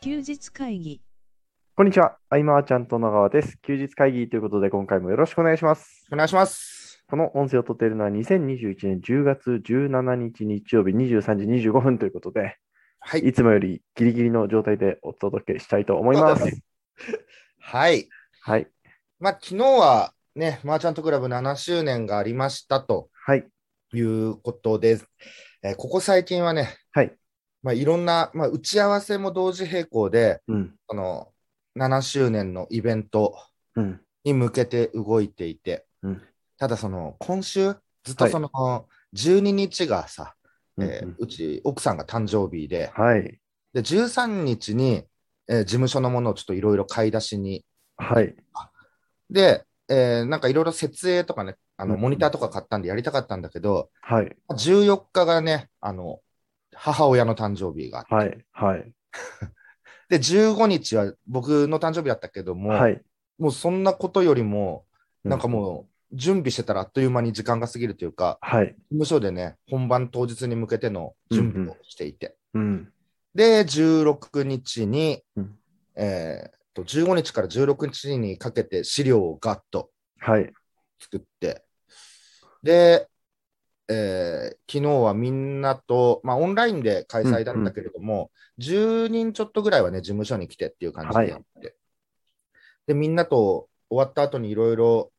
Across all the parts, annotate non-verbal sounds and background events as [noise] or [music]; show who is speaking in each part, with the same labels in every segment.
Speaker 1: 休日会議。
Speaker 2: こんにちは。アイマーちゃんと野川です。休日会議ということで、今回もよろしくお願いします。
Speaker 3: お願いします。
Speaker 2: この音声を撮っているのは2021年10月17日日曜日23時25分ということで、
Speaker 3: はい。
Speaker 2: いつもよりギリギリの状態でお届けしたいと思います。
Speaker 3: はい。
Speaker 2: はい。
Speaker 3: まあ、昨日はね、マーチャントクラブ7周年がありましたと
Speaker 2: はい。
Speaker 3: いうことで、えーここ最近はね、
Speaker 2: はい。
Speaker 3: まあ、いろんな、まあ、打ち合わせも同時並行で、
Speaker 2: うん。
Speaker 3: あの、7周年のイベント
Speaker 2: うん。
Speaker 3: に向けて動いていて、
Speaker 2: うん
Speaker 3: ただその、今週、ずっとその、12日がさ、えー
Speaker 2: うん
Speaker 3: うち奥さんが誕生日で、
Speaker 2: はい。
Speaker 3: で13日に、えー事務所のものをちょっといろいろ買い出しに
Speaker 2: はい。
Speaker 3: で、えーなんかいろいろ設営とかね、あの
Speaker 2: うん
Speaker 3: モニターとか買ったんでやりたかったんだけど、
Speaker 2: はい。
Speaker 3: 14日がね、あの母親の誕生日があって、
Speaker 2: はい。はい。
Speaker 3: で、15日は僕の誕生日だったけども、
Speaker 2: はい。
Speaker 3: もうそんなことよりも、なんかもう準備してたらあっという間に時間が過ぎるというか、
Speaker 2: うん。はい。
Speaker 3: 事務所でね、本番当日に向けての準備をしていて、
Speaker 2: うん。
Speaker 3: で、16日に、
Speaker 2: うん
Speaker 3: えーっと15日から16日にかけて資料をガッと
Speaker 2: はい。
Speaker 3: 作って、で、えー昨日はみんなと、まあ、オンラインで開催だったけれども、10人ちょっとぐらいはね、事務所に来てっていう感じでやって、で、みんなと終わった後にいろいろ、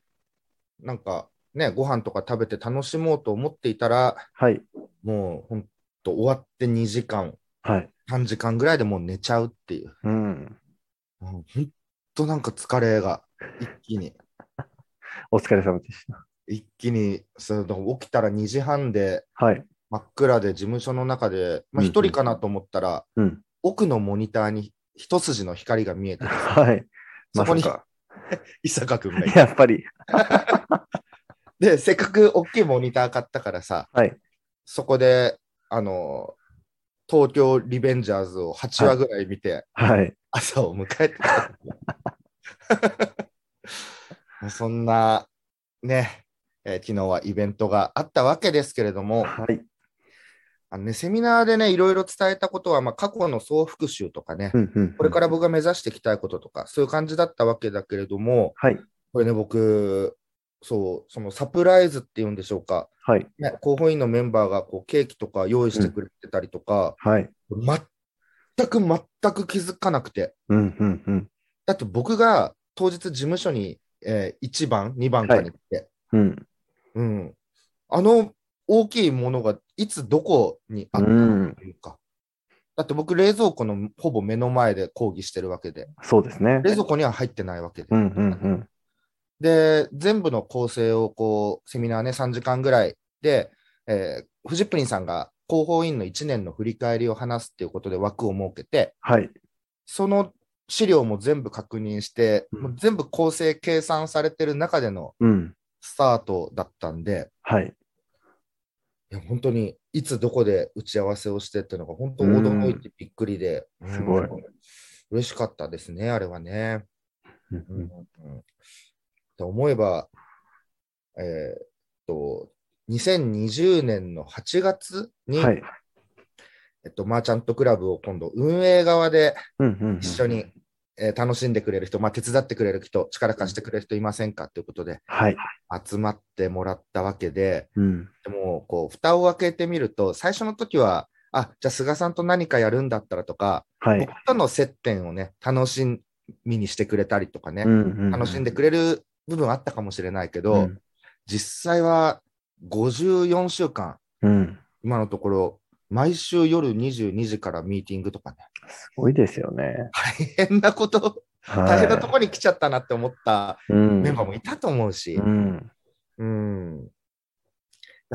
Speaker 3: なんかね、ご飯とか食べて楽しもうと思っていたら、
Speaker 2: はい。
Speaker 3: もう本当、終わって2時間、
Speaker 2: はい。
Speaker 3: 3時間ぐらいでもう寝ちゃうっていう、
Speaker 2: うん。
Speaker 3: 本当なんか疲れが一気に。
Speaker 2: お疲れ様でした。
Speaker 3: 一気にその起きたら2時半で
Speaker 2: はい。
Speaker 3: 真っ暗で事務所の中で、まあ、
Speaker 2: うん
Speaker 3: 一人かなと思ったら、
Speaker 2: うん。
Speaker 3: 奥のモニターに一筋の光
Speaker 2: [laughs]
Speaker 3: が見えてて、
Speaker 2: はい。
Speaker 3: そこに [laughs]
Speaker 2: まさか
Speaker 3: 伊坂君がいて。
Speaker 2: やっぱり。
Speaker 3: で、せっかく大きいモニター買ったからさ、
Speaker 2: はい。
Speaker 3: そこで、あの、東京リベンジャーズを8話ぐらい見て、
Speaker 2: はい。
Speaker 3: 朝を迎えてた。 [laughs] もうそんな、ね、えー昨日はイベントがあったわけですけれども、
Speaker 2: はい。
Speaker 3: あのね、セミナーでね、いろいろ伝えたことは、まあ、過去の総復習とかね、
Speaker 2: うんうんうん
Speaker 3: これから僕が目指していきたいこととか、そういう感じだったわけだけれども、
Speaker 2: はい。
Speaker 3: これね、僕、そう、そのサプライズっていうんでしょうか、
Speaker 2: はい。
Speaker 3: ね、広報委員のメンバーがこうケーキとか用意してくれてたりとか、
Speaker 2: はい。
Speaker 3: 全く全く気づかなくて、
Speaker 2: うんうんうん。
Speaker 3: だって僕が当日事務所に、えー1番、2番かに行って、
Speaker 2: うん。
Speaker 3: うん、あの大きいものがいつどこにあったのかというか、だって僕、冷蔵庫のほぼ目の前で講義してるわけで、
Speaker 2: そうですね。
Speaker 3: 冷蔵庫には入ってないわけで、
Speaker 2: うんうんうん。
Speaker 3: で、全部の構成をこう、セミナーね、3時間ぐらいで、えーフジップリンさんが広報委員の1年の振り返りを話すっていうことで枠を設けて、
Speaker 2: はい。
Speaker 3: その資料も全部確認して、
Speaker 2: うん
Speaker 3: もう全部構成計算されてる中での
Speaker 2: うん。
Speaker 3: スタートだったんで、
Speaker 2: はい。
Speaker 3: いや本当にいつどこで打ち合わせをしてっていうのが本当驚いてびっくりで、
Speaker 2: んすごい
Speaker 3: うん嬉しかったですね、あれはね。
Speaker 2: うん
Speaker 3: うんうんと思えば、えーっと、2020年の8月
Speaker 2: う
Speaker 3: に、
Speaker 2: んはい。
Speaker 3: えっと、マーチャントクラブを今度運営側で
Speaker 2: うんうんうん。
Speaker 3: 一緒に、えー楽しんでくれる人、まあ、手伝ってくれる人、力貸してくれる人いませんかということで
Speaker 2: はい。
Speaker 3: 集まってもらったわけで、
Speaker 2: うん。
Speaker 3: でも、こう、蓋を開けてみると、最初の時は、あ、じゃあ菅さんと何かやるんだったらとか、
Speaker 2: はい。
Speaker 3: 僕との接点をね、楽しみにしてくれたりとかね、楽
Speaker 2: 楽
Speaker 3: しんでくれる部分あったかもしれないけど、
Speaker 2: うん
Speaker 3: 実際は54週間、
Speaker 2: うん。
Speaker 3: 今のところ、毎週夜22時からミーティングとかね、 [laughs]
Speaker 2: すごいですよね。
Speaker 3: 大変なこと、
Speaker 2: はい
Speaker 3: 大変なとこに来ちゃったなって思った
Speaker 2: うん
Speaker 3: メンバーもいたと思うし、
Speaker 2: うん。
Speaker 3: うん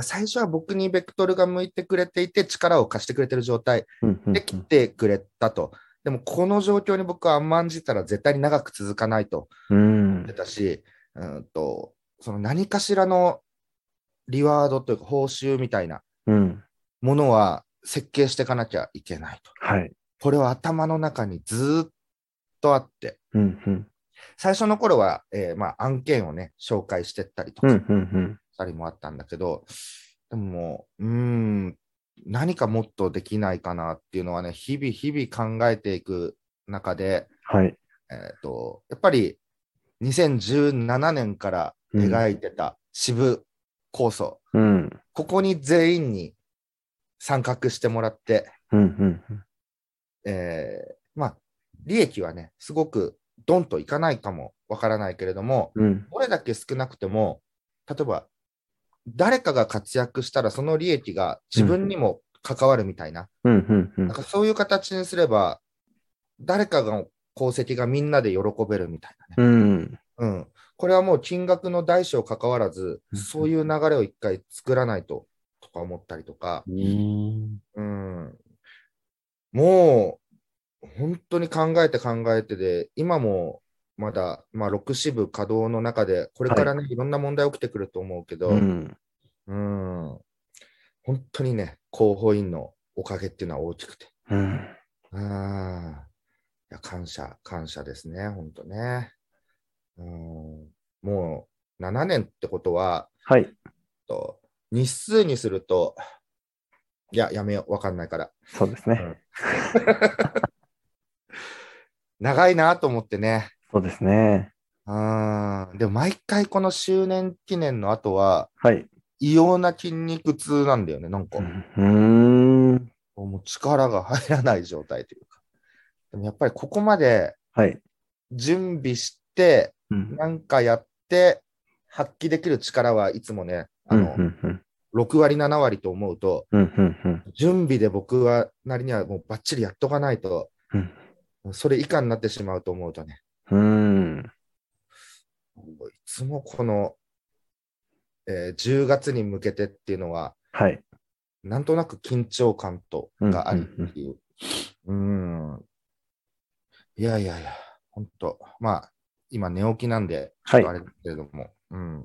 Speaker 3: 最初は僕にベクトルが向いてくれていて、力を貸してくれてる状態
Speaker 2: うんうん
Speaker 3: で来てくれたと。でも、この状況に僕は甘んじたら絶対に長く続かないと
Speaker 2: うん
Speaker 3: 言ってたし、うんと、その何かしらのリワードというか報酬みたいな
Speaker 2: うん。
Speaker 3: ものは設計していかなきゃいけないと。
Speaker 2: はい。
Speaker 3: これは頭の中にずーっとあって、
Speaker 2: うんうん。
Speaker 3: 最初の頃は、えーまあ案件をね、紹介してったりとか、
Speaker 2: うんうん
Speaker 3: ったりもあったんだけど、でももう、うーん、何かもっとできないかなっていうのはね、日々日々考えていく中で、
Speaker 2: はい。
Speaker 3: えっと、やっぱり2017年から描いてた支部構想、
Speaker 2: うん。
Speaker 3: ここに全員に参画してもらって、
Speaker 2: うん。うん。
Speaker 3: えーまあ、利益はね、すごくドンといかないかもわからないけれども、
Speaker 2: うん。
Speaker 3: どれだけ少なくても、例えば、誰かが活躍したらその利益が自分にも関わるみたいな、
Speaker 2: うん。うん。うん
Speaker 3: なんかそういう形にすれば、誰かの功績がみんなで喜べるみたいなね。
Speaker 2: うん。
Speaker 3: うん、これはもう金額の大小関わらず、
Speaker 2: うん
Speaker 3: そういう流れを一回作らないととか思ったりとか、うん、もう本当に考えて考えてで、今もまだ、まあ、6支部稼働の中で、これからね、い、ろんな問題起きてくると思うけど、
Speaker 2: うん。
Speaker 3: うん、本当にね、広報員のおかげっていうのは大きくて、
Speaker 2: うん。
Speaker 3: うんいや感謝、感謝ですね、本当ね。うんもう7年ってことは、
Speaker 2: はい。
Speaker 3: と日数にすると、いや、やめよう、わかんないから。
Speaker 2: そうですね。
Speaker 3: 長いなと思ってね。
Speaker 2: そうですね。
Speaker 3: うんでも毎回この周年記念の後は、
Speaker 2: はい。
Speaker 3: 異様な筋肉痛なんだよね、なんか。
Speaker 2: うん。うん
Speaker 3: もう力が入らない状態というか。でもやっぱりここまで
Speaker 2: はい。
Speaker 3: 準備して、
Speaker 2: うん。
Speaker 3: なんかやって発揮できる力はいつもね、あ
Speaker 2: うん。
Speaker 3: の
Speaker 2: うん。うん。
Speaker 3: 6割、7割と思うと、
Speaker 2: うん。うん。うん。
Speaker 3: 準備で僕はなりにはもうばっちりやっとかないと、
Speaker 2: うん
Speaker 3: それ以下になってしまうと思うとね、
Speaker 2: うん。
Speaker 3: いつもこの、えー10月に向けてっていうのは、
Speaker 2: はい。
Speaker 3: なんとなく緊張感とがありっていう。うんいやいやいや、本当まあ、今寝起きなんで、ちょっとあれだけれども、うん。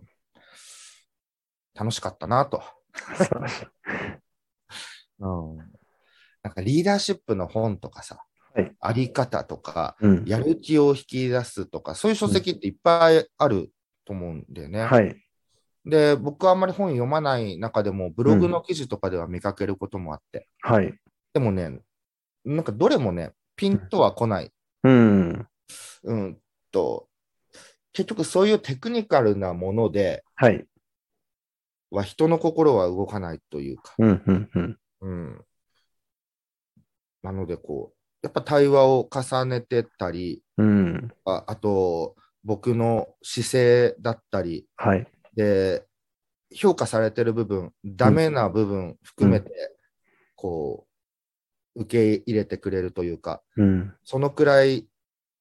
Speaker 3: 楽しかったなと。
Speaker 2: 素晴らしい。
Speaker 3: うん。なんかリーダーシップの本とかさ、
Speaker 2: はい
Speaker 3: あり方とか、
Speaker 2: うん。
Speaker 3: [laughs] やる気を引き出すとか、そういう書籍っていっぱいあると思うんだよね。
Speaker 2: はい。
Speaker 3: で、僕はあんまり本読まない中でも、ブログの記事とかでは見かけることもあって、
Speaker 2: はい。
Speaker 3: でもね、なんかどれもね、ピンとは来ない。
Speaker 2: うん。
Speaker 3: うんと、結局そういうテクニカルなもので
Speaker 2: はい。
Speaker 3: は人の心は動かないというか、
Speaker 2: うん。うん。うん。
Speaker 3: うん。なのでこう、やっぱ対話を重ねてったり、
Speaker 2: うん。
Speaker 3: ああと、僕の姿勢だったり、
Speaker 2: はい。
Speaker 3: で、評価されてる部分、ダメな部分含めて、こう、受け入れてくれるというか、
Speaker 2: うん。
Speaker 3: そのくらい、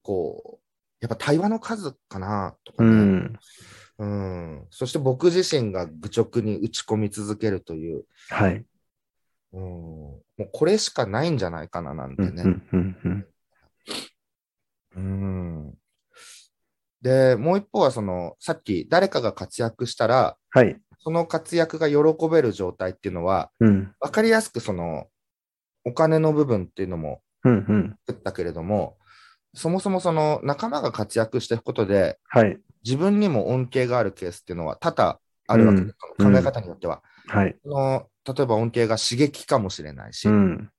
Speaker 3: こう、やっぱ対話の数かな、とか
Speaker 2: う
Speaker 3: ね、
Speaker 2: ん。
Speaker 3: うん。そして僕自身が愚直に打ち込み続けるという、
Speaker 2: はい。
Speaker 3: うん。もうこれしかないんじゃないかな、なんて
Speaker 2: うん。
Speaker 3: ね。
Speaker 2: うん。うん。
Speaker 3: うん。で、もう一方は、その、さっき誰かが活躍したら、
Speaker 2: はい。
Speaker 3: その活躍が喜べる状態っていうのは、
Speaker 2: うん。
Speaker 3: わかりやすくその、お金の部分っていうのも
Speaker 2: うん。うん。
Speaker 3: 作ったけれども、そもそもその仲間が活躍していくことで、
Speaker 2: はい。
Speaker 3: 自分にも恩恵があるケースっていうのは多々あるわけです、
Speaker 2: うん
Speaker 3: 考え方によっては、
Speaker 2: はい。
Speaker 3: その。例えば恩恵が刺激かもしれないし、
Speaker 2: うん。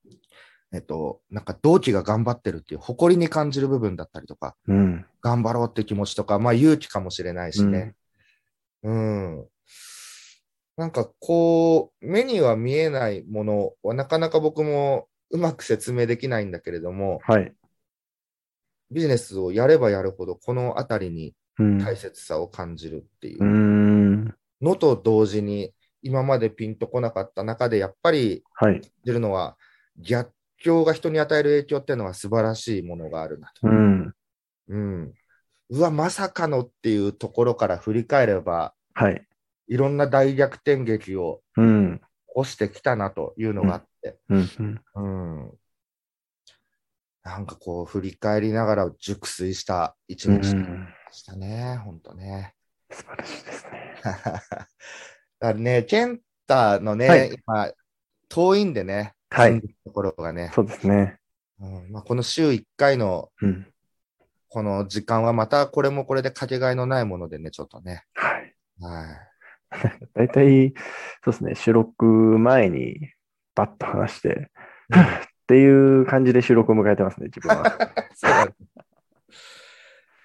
Speaker 3: えっと、なんか同期が頑張ってるっていう誇りに感じる部分だったりとか、
Speaker 2: うん。
Speaker 3: 頑張ろうって気持ちとか、まあ勇気かもしれないしね。うん。なんかこう、目には見えないものはなかなか僕もうまく説明できないんだけれども、
Speaker 2: はい。
Speaker 3: ビジネスをやればやるほどこのあたりに
Speaker 2: うん。
Speaker 3: 大切さを感じるっていう
Speaker 2: う。ん。
Speaker 3: のと同時に、今までピンとこなかった中で、やっぱり
Speaker 2: はい。
Speaker 3: 出るのは、逆境が人に与える影響っていうのは素晴らしいものがあるなと。
Speaker 2: うん。
Speaker 3: うん。うわ、まさかのっていうところから振り返れば、
Speaker 2: はい。
Speaker 3: いろんな大逆転劇を
Speaker 2: うん。
Speaker 3: 起こしてきたなというのがあって、
Speaker 2: うん。うん。
Speaker 3: うん。なんかこう、振り返りながら熟睡した一日でしたね、ほんとね。 [laughs]
Speaker 2: 素晴らしいですね。
Speaker 3: だからね、ケンタのね、
Speaker 2: はい
Speaker 3: 今、遠いんでね、
Speaker 2: はい。
Speaker 3: ところがね、
Speaker 2: そうですね。
Speaker 3: うんまあ、この週1回の
Speaker 2: うん。
Speaker 3: この時間は、またこれもこれでかけがえのないものでね、ちょっとね。
Speaker 2: はい。
Speaker 3: [laughs] は
Speaker 2: 大体、そうですね、収録前に、バッと話して、
Speaker 3: う
Speaker 2: ふ
Speaker 3: ん
Speaker 2: っっていう感じで収録を迎えてますね、自分
Speaker 3: [laughs]
Speaker 2: は。
Speaker 3: そうだね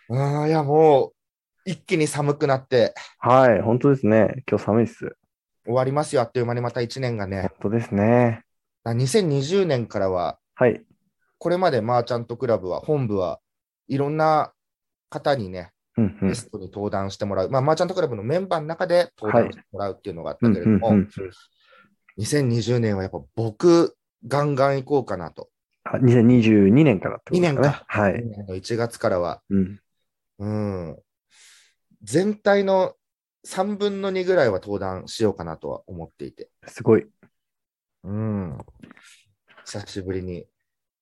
Speaker 3: うん、いや、もう、一気に寒くなって、
Speaker 2: はい、本当ですね。今日寒いっす。
Speaker 3: 終わりますよ、あっという間にまた1年がね
Speaker 2: 本。当ですね。
Speaker 3: だ2020年からは、
Speaker 2: はい、
Speaker 3: これまでマーチャントクラブは、本部はいろんな方にね、
Speaker 2: うんうん
Speaker 3: ゲストに登壇してもらう、まあ、マーチャントクラブのメンバーの中で登壇してもらうっていうのがあった
Speaker 2: うん
Speaker 3: けれども、
Speaker 2: うんうん
Speaker 3: 2020年はやっぱ僕、ガンガン行こうかなと。
Speaker 2: あ2022年からってことですか
Speaker 3: 二年
Speaker 2: ね
Speaker 3: か。
Speaker 2: はい。
Speaker 3: 1月からは、
Speaker 2: うん、
Speaker 3: うん、全体の3分の2ぐらいは登壇しようかなとは思っていて、
Speaker 2: すごい。
Speaker 3: うん、久しぶりに。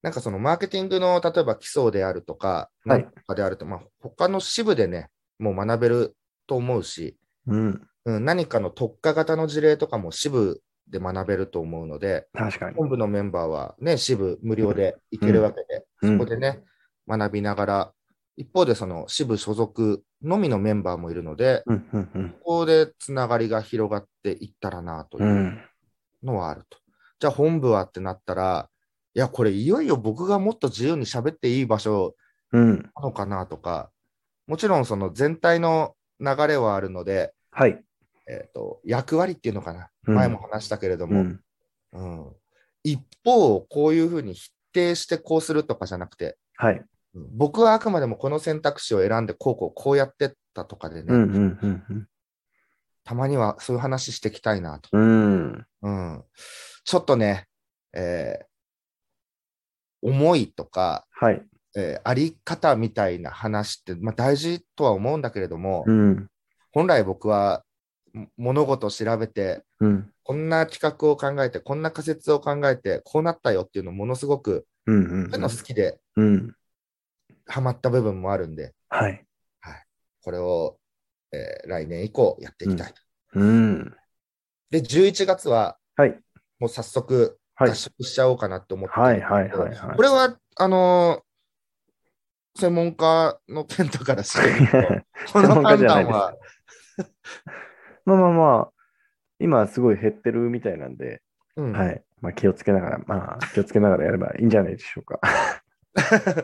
Speaker 3: なんかそのマーケティングの例えば基礎であるとか、
Speaker 2: はい
Speaker 3: なんかであると、まあ、他の支部でね、もう学べると思うし、
Speaker 2: うん、
Speaker 3: うん、何かの特化型の事例とかも支部で学べると思うので、
Speaker 2: 確かに。
Speaker 3: 本部のメンバーはね、支部無料で行けるわけで、
Speaker 2: うん
Speaker 3: そこでね、学びながら、一方でその支部所属のみのメンバーもいるので、
Speaker 2: うん、うん、うん。
Speaker 3: ここでつながりが広がっていったらなといううんのはあると。じゃあ本部はってなったら、いや、これいよいよ僕がもっと自由に喋っていい場所
Speaker 2: うん、
Speaker 3: なのかなとか、もちろんその全体の流れはあるので、
Speaker 2: はい。
Speaker 3: えっ、と、役割っていうのかな。
Speaker 2: うん
Speaker 3: 前も話したけれど
Speaker 2: う
Speaker 3: も、
Speaker 2: ん、
Speaker 3: うん一方、こういうふうに否定してこうするとかじゃなくて、
Speaker 2: はい。
Speaker 3: うん僕はあくまでもこの選択肢を選んで、こうこうこうやってったとかでね、
Speaker 2: うん、うん、うん
Speaker 3: たまにはそういう話していきたいなと。
Speaker 2: うん、うん。
Speaker 3: うん、ちょっとね、えー思いとか、
Speaker 2: はい。
Speaker 3: えーあり方みたいな話って、まあ、大事とは思うんだけれども、
Speaker 2: うん、
Speaker 3: 本来僕はも物事を調べて、
Speaker 2: うん、
Speaker 3: こんな企画を考えて、こんな仮説を考えて、こうなったよっていうのをものすごく、
Speaker 2: うん、
Speaker 3: そうういうんの。好きで、
Speaker 2: うん、
Speaker 3: ハマった部分もあるんで、
Speaker 2: はい。
Speaker 3: これを、えー来年以降やっていきたいと。
Speaker 2: うん、
Speaker 3: で、11月は、
Speaker 2: はい
Speaker 3: もう早速
Speaker 2: はい
Speaker 3: 合。宿しちゃおうかなって思ってて、
Speaker 2: はい、はい、はい。はい
Speaker 3: これは、あのー専門家の健太からして
Speaker 2: [laughs]
Speaker 3: みると、この
Speaker 2: 専門家
Speaker 3: 判
Speaker 2: じゃない
Speaker 3: 断
Speaker 2: です
Speaker 3: は、
Speaker 2: まあまあまあ、今すごい減ってるみたいなんで、
Speaker 3: うん
Speaker 2: はい。まあ気をつけながら、まあ気をつけながらやればいいんじゃないでしょう [laughs] か。
Speaker 3: [laughs]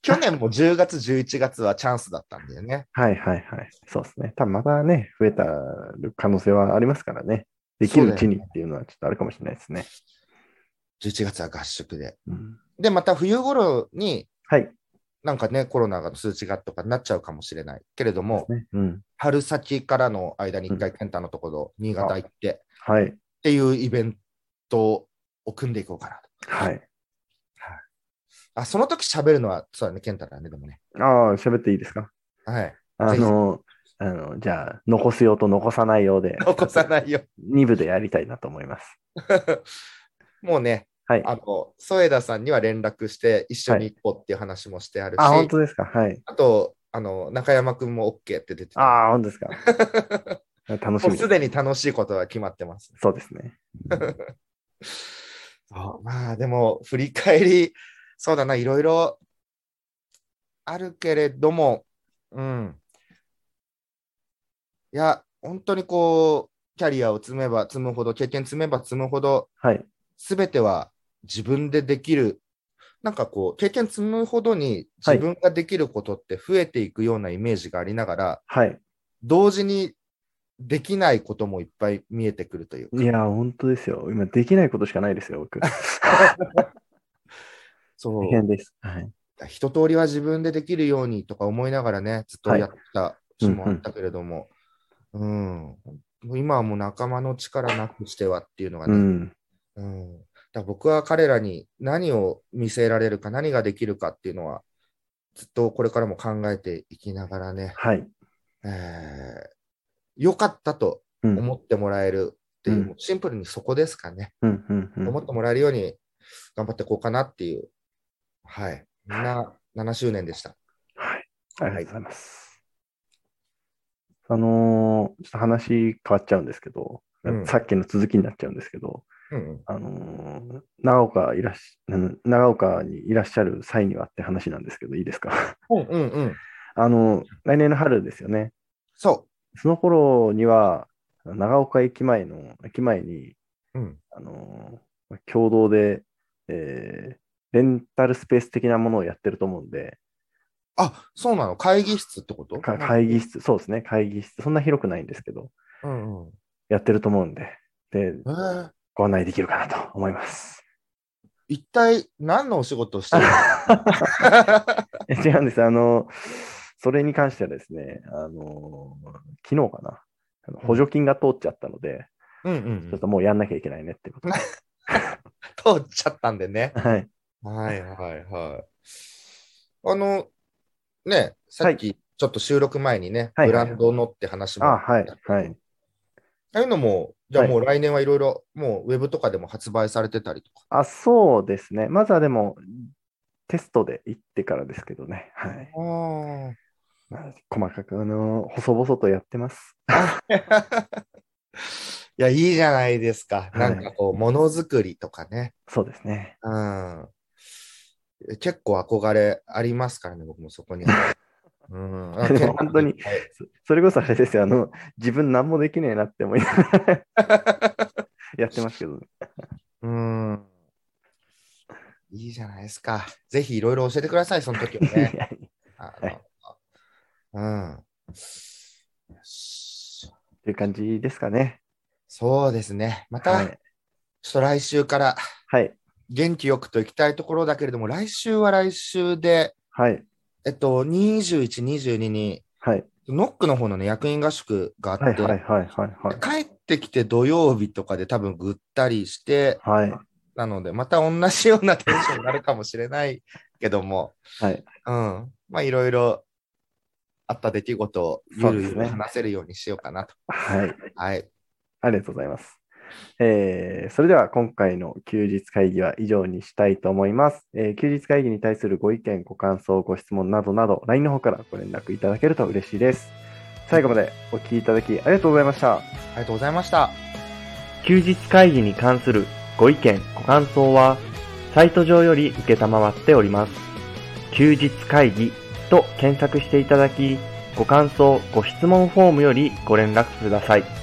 Speaker 3: 去年も10月、11月はチャンスだったんだよね。
Speaker 2: はいはいはい。そうですね。多分またね、増えたる可能性はありますからね。できるうちにっていうのはちょっとあるかもしれないですね。
Speaker 3: 11月は合宿で。
Speaker 2: うん
Speaker 3: で、また冬頃に、
Speaker 2: はい。
Speaker 3: なんかね、コロナの数値がとかになっちゃうかもしれないけれども、
Speaker 2: ねうん。
Speaker 3: 春先からの間に一回、健太のところ、新潟行って、
Speaker 2: はい。
Speaker 3: っていうイベントを組んでいこうかなと。
Speaker 2: はい。
Speaker 3: あ、その時喋るのは、そうだね、健太だね、でもね。
Speaker 2: ああ、喋っていいですか
Speaker 3: はい。
Speaker 2: あの、あのじゃあ、残すようと残さないようで、
Speaker 3: [laughs] 残さないよ。
Speaker 2: 2部でやりたいなと思います。
Speaker 3: もうね、
Speaker 2: はい。
Speaker 3: あの、添枝さんには連絡して、一緒に行こうっていう話もしてあるし、
Speaker 2: あ、本当ですかはい。
Speaker 3: あと、あの、中山くんも OK って出てた。
Speaker 2: ああ、本当ですか
Speaker 3: [laughs]
Speaker 2: 楽し
Speaker 3: もう
Speaker 2: みですす。
Speaker 3: でに楽しいことは決まってます。
Speaker 2: そうですね。
Speaker 3: そうまあ、でも、振り返り、そうだな、いろいろあるけれども、うん。いや、本当にこう、キャリアを積めば積むほど、経験積めば積むほど、
Speaker 2: はい。
Speaker 3: すべては自分でできる、なんかこう、経験積むほどに
Speaker 2: はい
Speaker 3: 自分ができることって増えていくようなイメージがありながら、
Speaker 2: はい。
Speaker 3: 同時にできないこともいっぱい見えてくるというか
Speaker 2: いや、本当ですよ。今、できないことしかないですよ、
Speaker 3: [laughs]
Speaker 2: 僕。
Speaker 3: そう
Speaker 2: 大変です。はい。
Speaker 3: 一通りは自分でできるようにとか思いながらね、ずっとやってた日もあったけれども、うん、もう今はもう仲間の力なくしてはっていうのが
Speaker 2: う
Speaker 3: ね、
Speaker 2: ん。
Speaker 3: うんだから僕は彼らに何を見せられるか、何ができるかっていうのは、ずっとこれからも考えていきながらね、
Speaker 2: はい。
Speaker 3: えー良かったと
Speaker 2: うん。
Speaker 3: 思ってもらえるっていう、
Speaker 2: うん
Speaker 3: もうシンプルにそこですかね、
Speaker 2: うんうんうん
Speaker 3: 思ってもらえるように頑張っていこうかなっていう、はい、みんな7周年でした。
Speaker 2: はい。ありがとうございます。あのーちょっと話変わっちゃうんですけど、
Speaker 3: うん
Speaker 2: さっきの続きになっちゃうんですけど、
Speaker 3: うんうん
Speaker 2: あのー長岡いらっし、あの長岡にいらっしゃる際にはって話なんですけど、いいですか [laughs]
Speaker 3: うんうんうん。
Speaker 2: あの、来年の春ですよね。
Speaker 3: そ
Speaker 2: その頃には、長岡駅前の、駅前に、
Speaker 3: う。うん。
Speaker 2: あのー共同でえーレンタルスペース的なものをやってると思うんで、
Speaker 3: あ、そうなの会議室ってこと
Speaker 2: か会議室、そうですね、会議室、そんな広くないんですけど、
Speaker 3: うんうん。
Speaker 2: やってると思うんで、で、
Speaker 3: えー
Speaker 2: ご案内できるかなと思います。 [laughs]
Speaker 3: 一体何のお仕事をしてるの
Speaker 2: え違うんです。あの、それに関してはですね、あの、昨日かな、あの補助金が通っちゃったので、
Speaker 3: うんう
Speaker 2: ちょっ
Speaker 3: ん
Speaker 2: ともうやんなきゃいけないねってことで。
Speaker 3: うん。通っちゃったんでね。
Speaker 2: はい。
Speaker 3: はいはいはい。あの、ね、さっきちょっと収録前にね、
Speaker 2: はい
Speaker 3: ブ
Speaker 2: はいは
Speaker 3: ラ
Speaker 2: い
Speaker 3: ンドのって話も
Speaker 2: あ、
Speaker 3: あ
Speaker 2: はい。はい。
Speaker 3: あいうのも、じゃあ
Speaker 2: はい
Speaker 3: もう来年はいろいろ、もうウェブとかでも発売されてたりとか。
Speaker 2: あ、そうですね。まずはでも、テストで行ってからですけどね。はい。
Speaker 3: あ
Speaker 2: まあ、細かく、あの、細々とやってます。
Speaker 3: あ。いや、いいじゃないですか。
Speaker 2: はい
Speaker 3: なんかこう、ものづくりとかね。
Speaker 2: そうですね。
Speaker 3: うん。結構憧れありますからね、僕も
Speaker 2: [laughs]
Speaker 3: そこに。うん。あ
Speaker 2: でも本当に
Speaker 3: はい
Speaker 2: そそれこそあれですよ。あの、自分何もできねえなって思いなが
Speaker 3: [laughs]
Speaker 2: らやってますけどね。
Speaker 3: うん。いいじゃないですか。ぜひいろいろ教えてください、その時はい
Speaker 2: や
Speaker 3: ね
Speaker 2: [laughs] い。や
Speaker 3: あ
Speaker 2: はい
Speaker 3: のうん。よし
Speaker 2: という感じですかね。
Speaker 3: そうですね。また、
Speaker 2: はい。
Speaker 3: ちょっと来週から
Speaker 2: はい。
Speaker 3: 元気よくと行きたいところだけれども、来週は来週で、
Speaker 2: はい。
Speaker 3: えっと、21、22に、
Speaker 2: はい。
Speaker 3: ノックの方のね、役員合宿があって、
Speaker 2: はい。はい。はい。はい。
Speaker 3: 帰ってきて土曜日とかで多分ぐったりして、
Speaker 2: はい。
Speaker 3: なので、また同じようなテンションになるかもしれないけども、
Speaker 2: はい。
Speaker 3: うん。まあ、いろいろあった出来事をゆるゆ
Speaker 2: そうで
Speaker 3: る
Speaker 2: すね
Speaker 3: 話せるようにしようかなと。
Speaker 2: はい。
Speaker 3: はい。
Speaker 2: ありがとうございます。えーそれでは今回の休日会議は以上にしたいと思います、えー休日会議に対するご意見、ご感想、ご質問などなど、LINE の方からご連絡いただけると嬉しいです。最後までお聞きいただきありがとうございました。
Speaker 3: ありがとうございました。
Speaker 2: 休日会議に関するご意見、ご感想は、サイト上より受けたまわっております。休日会議と検索していただき、ご感想、ご質問フォームよりご連絡ください。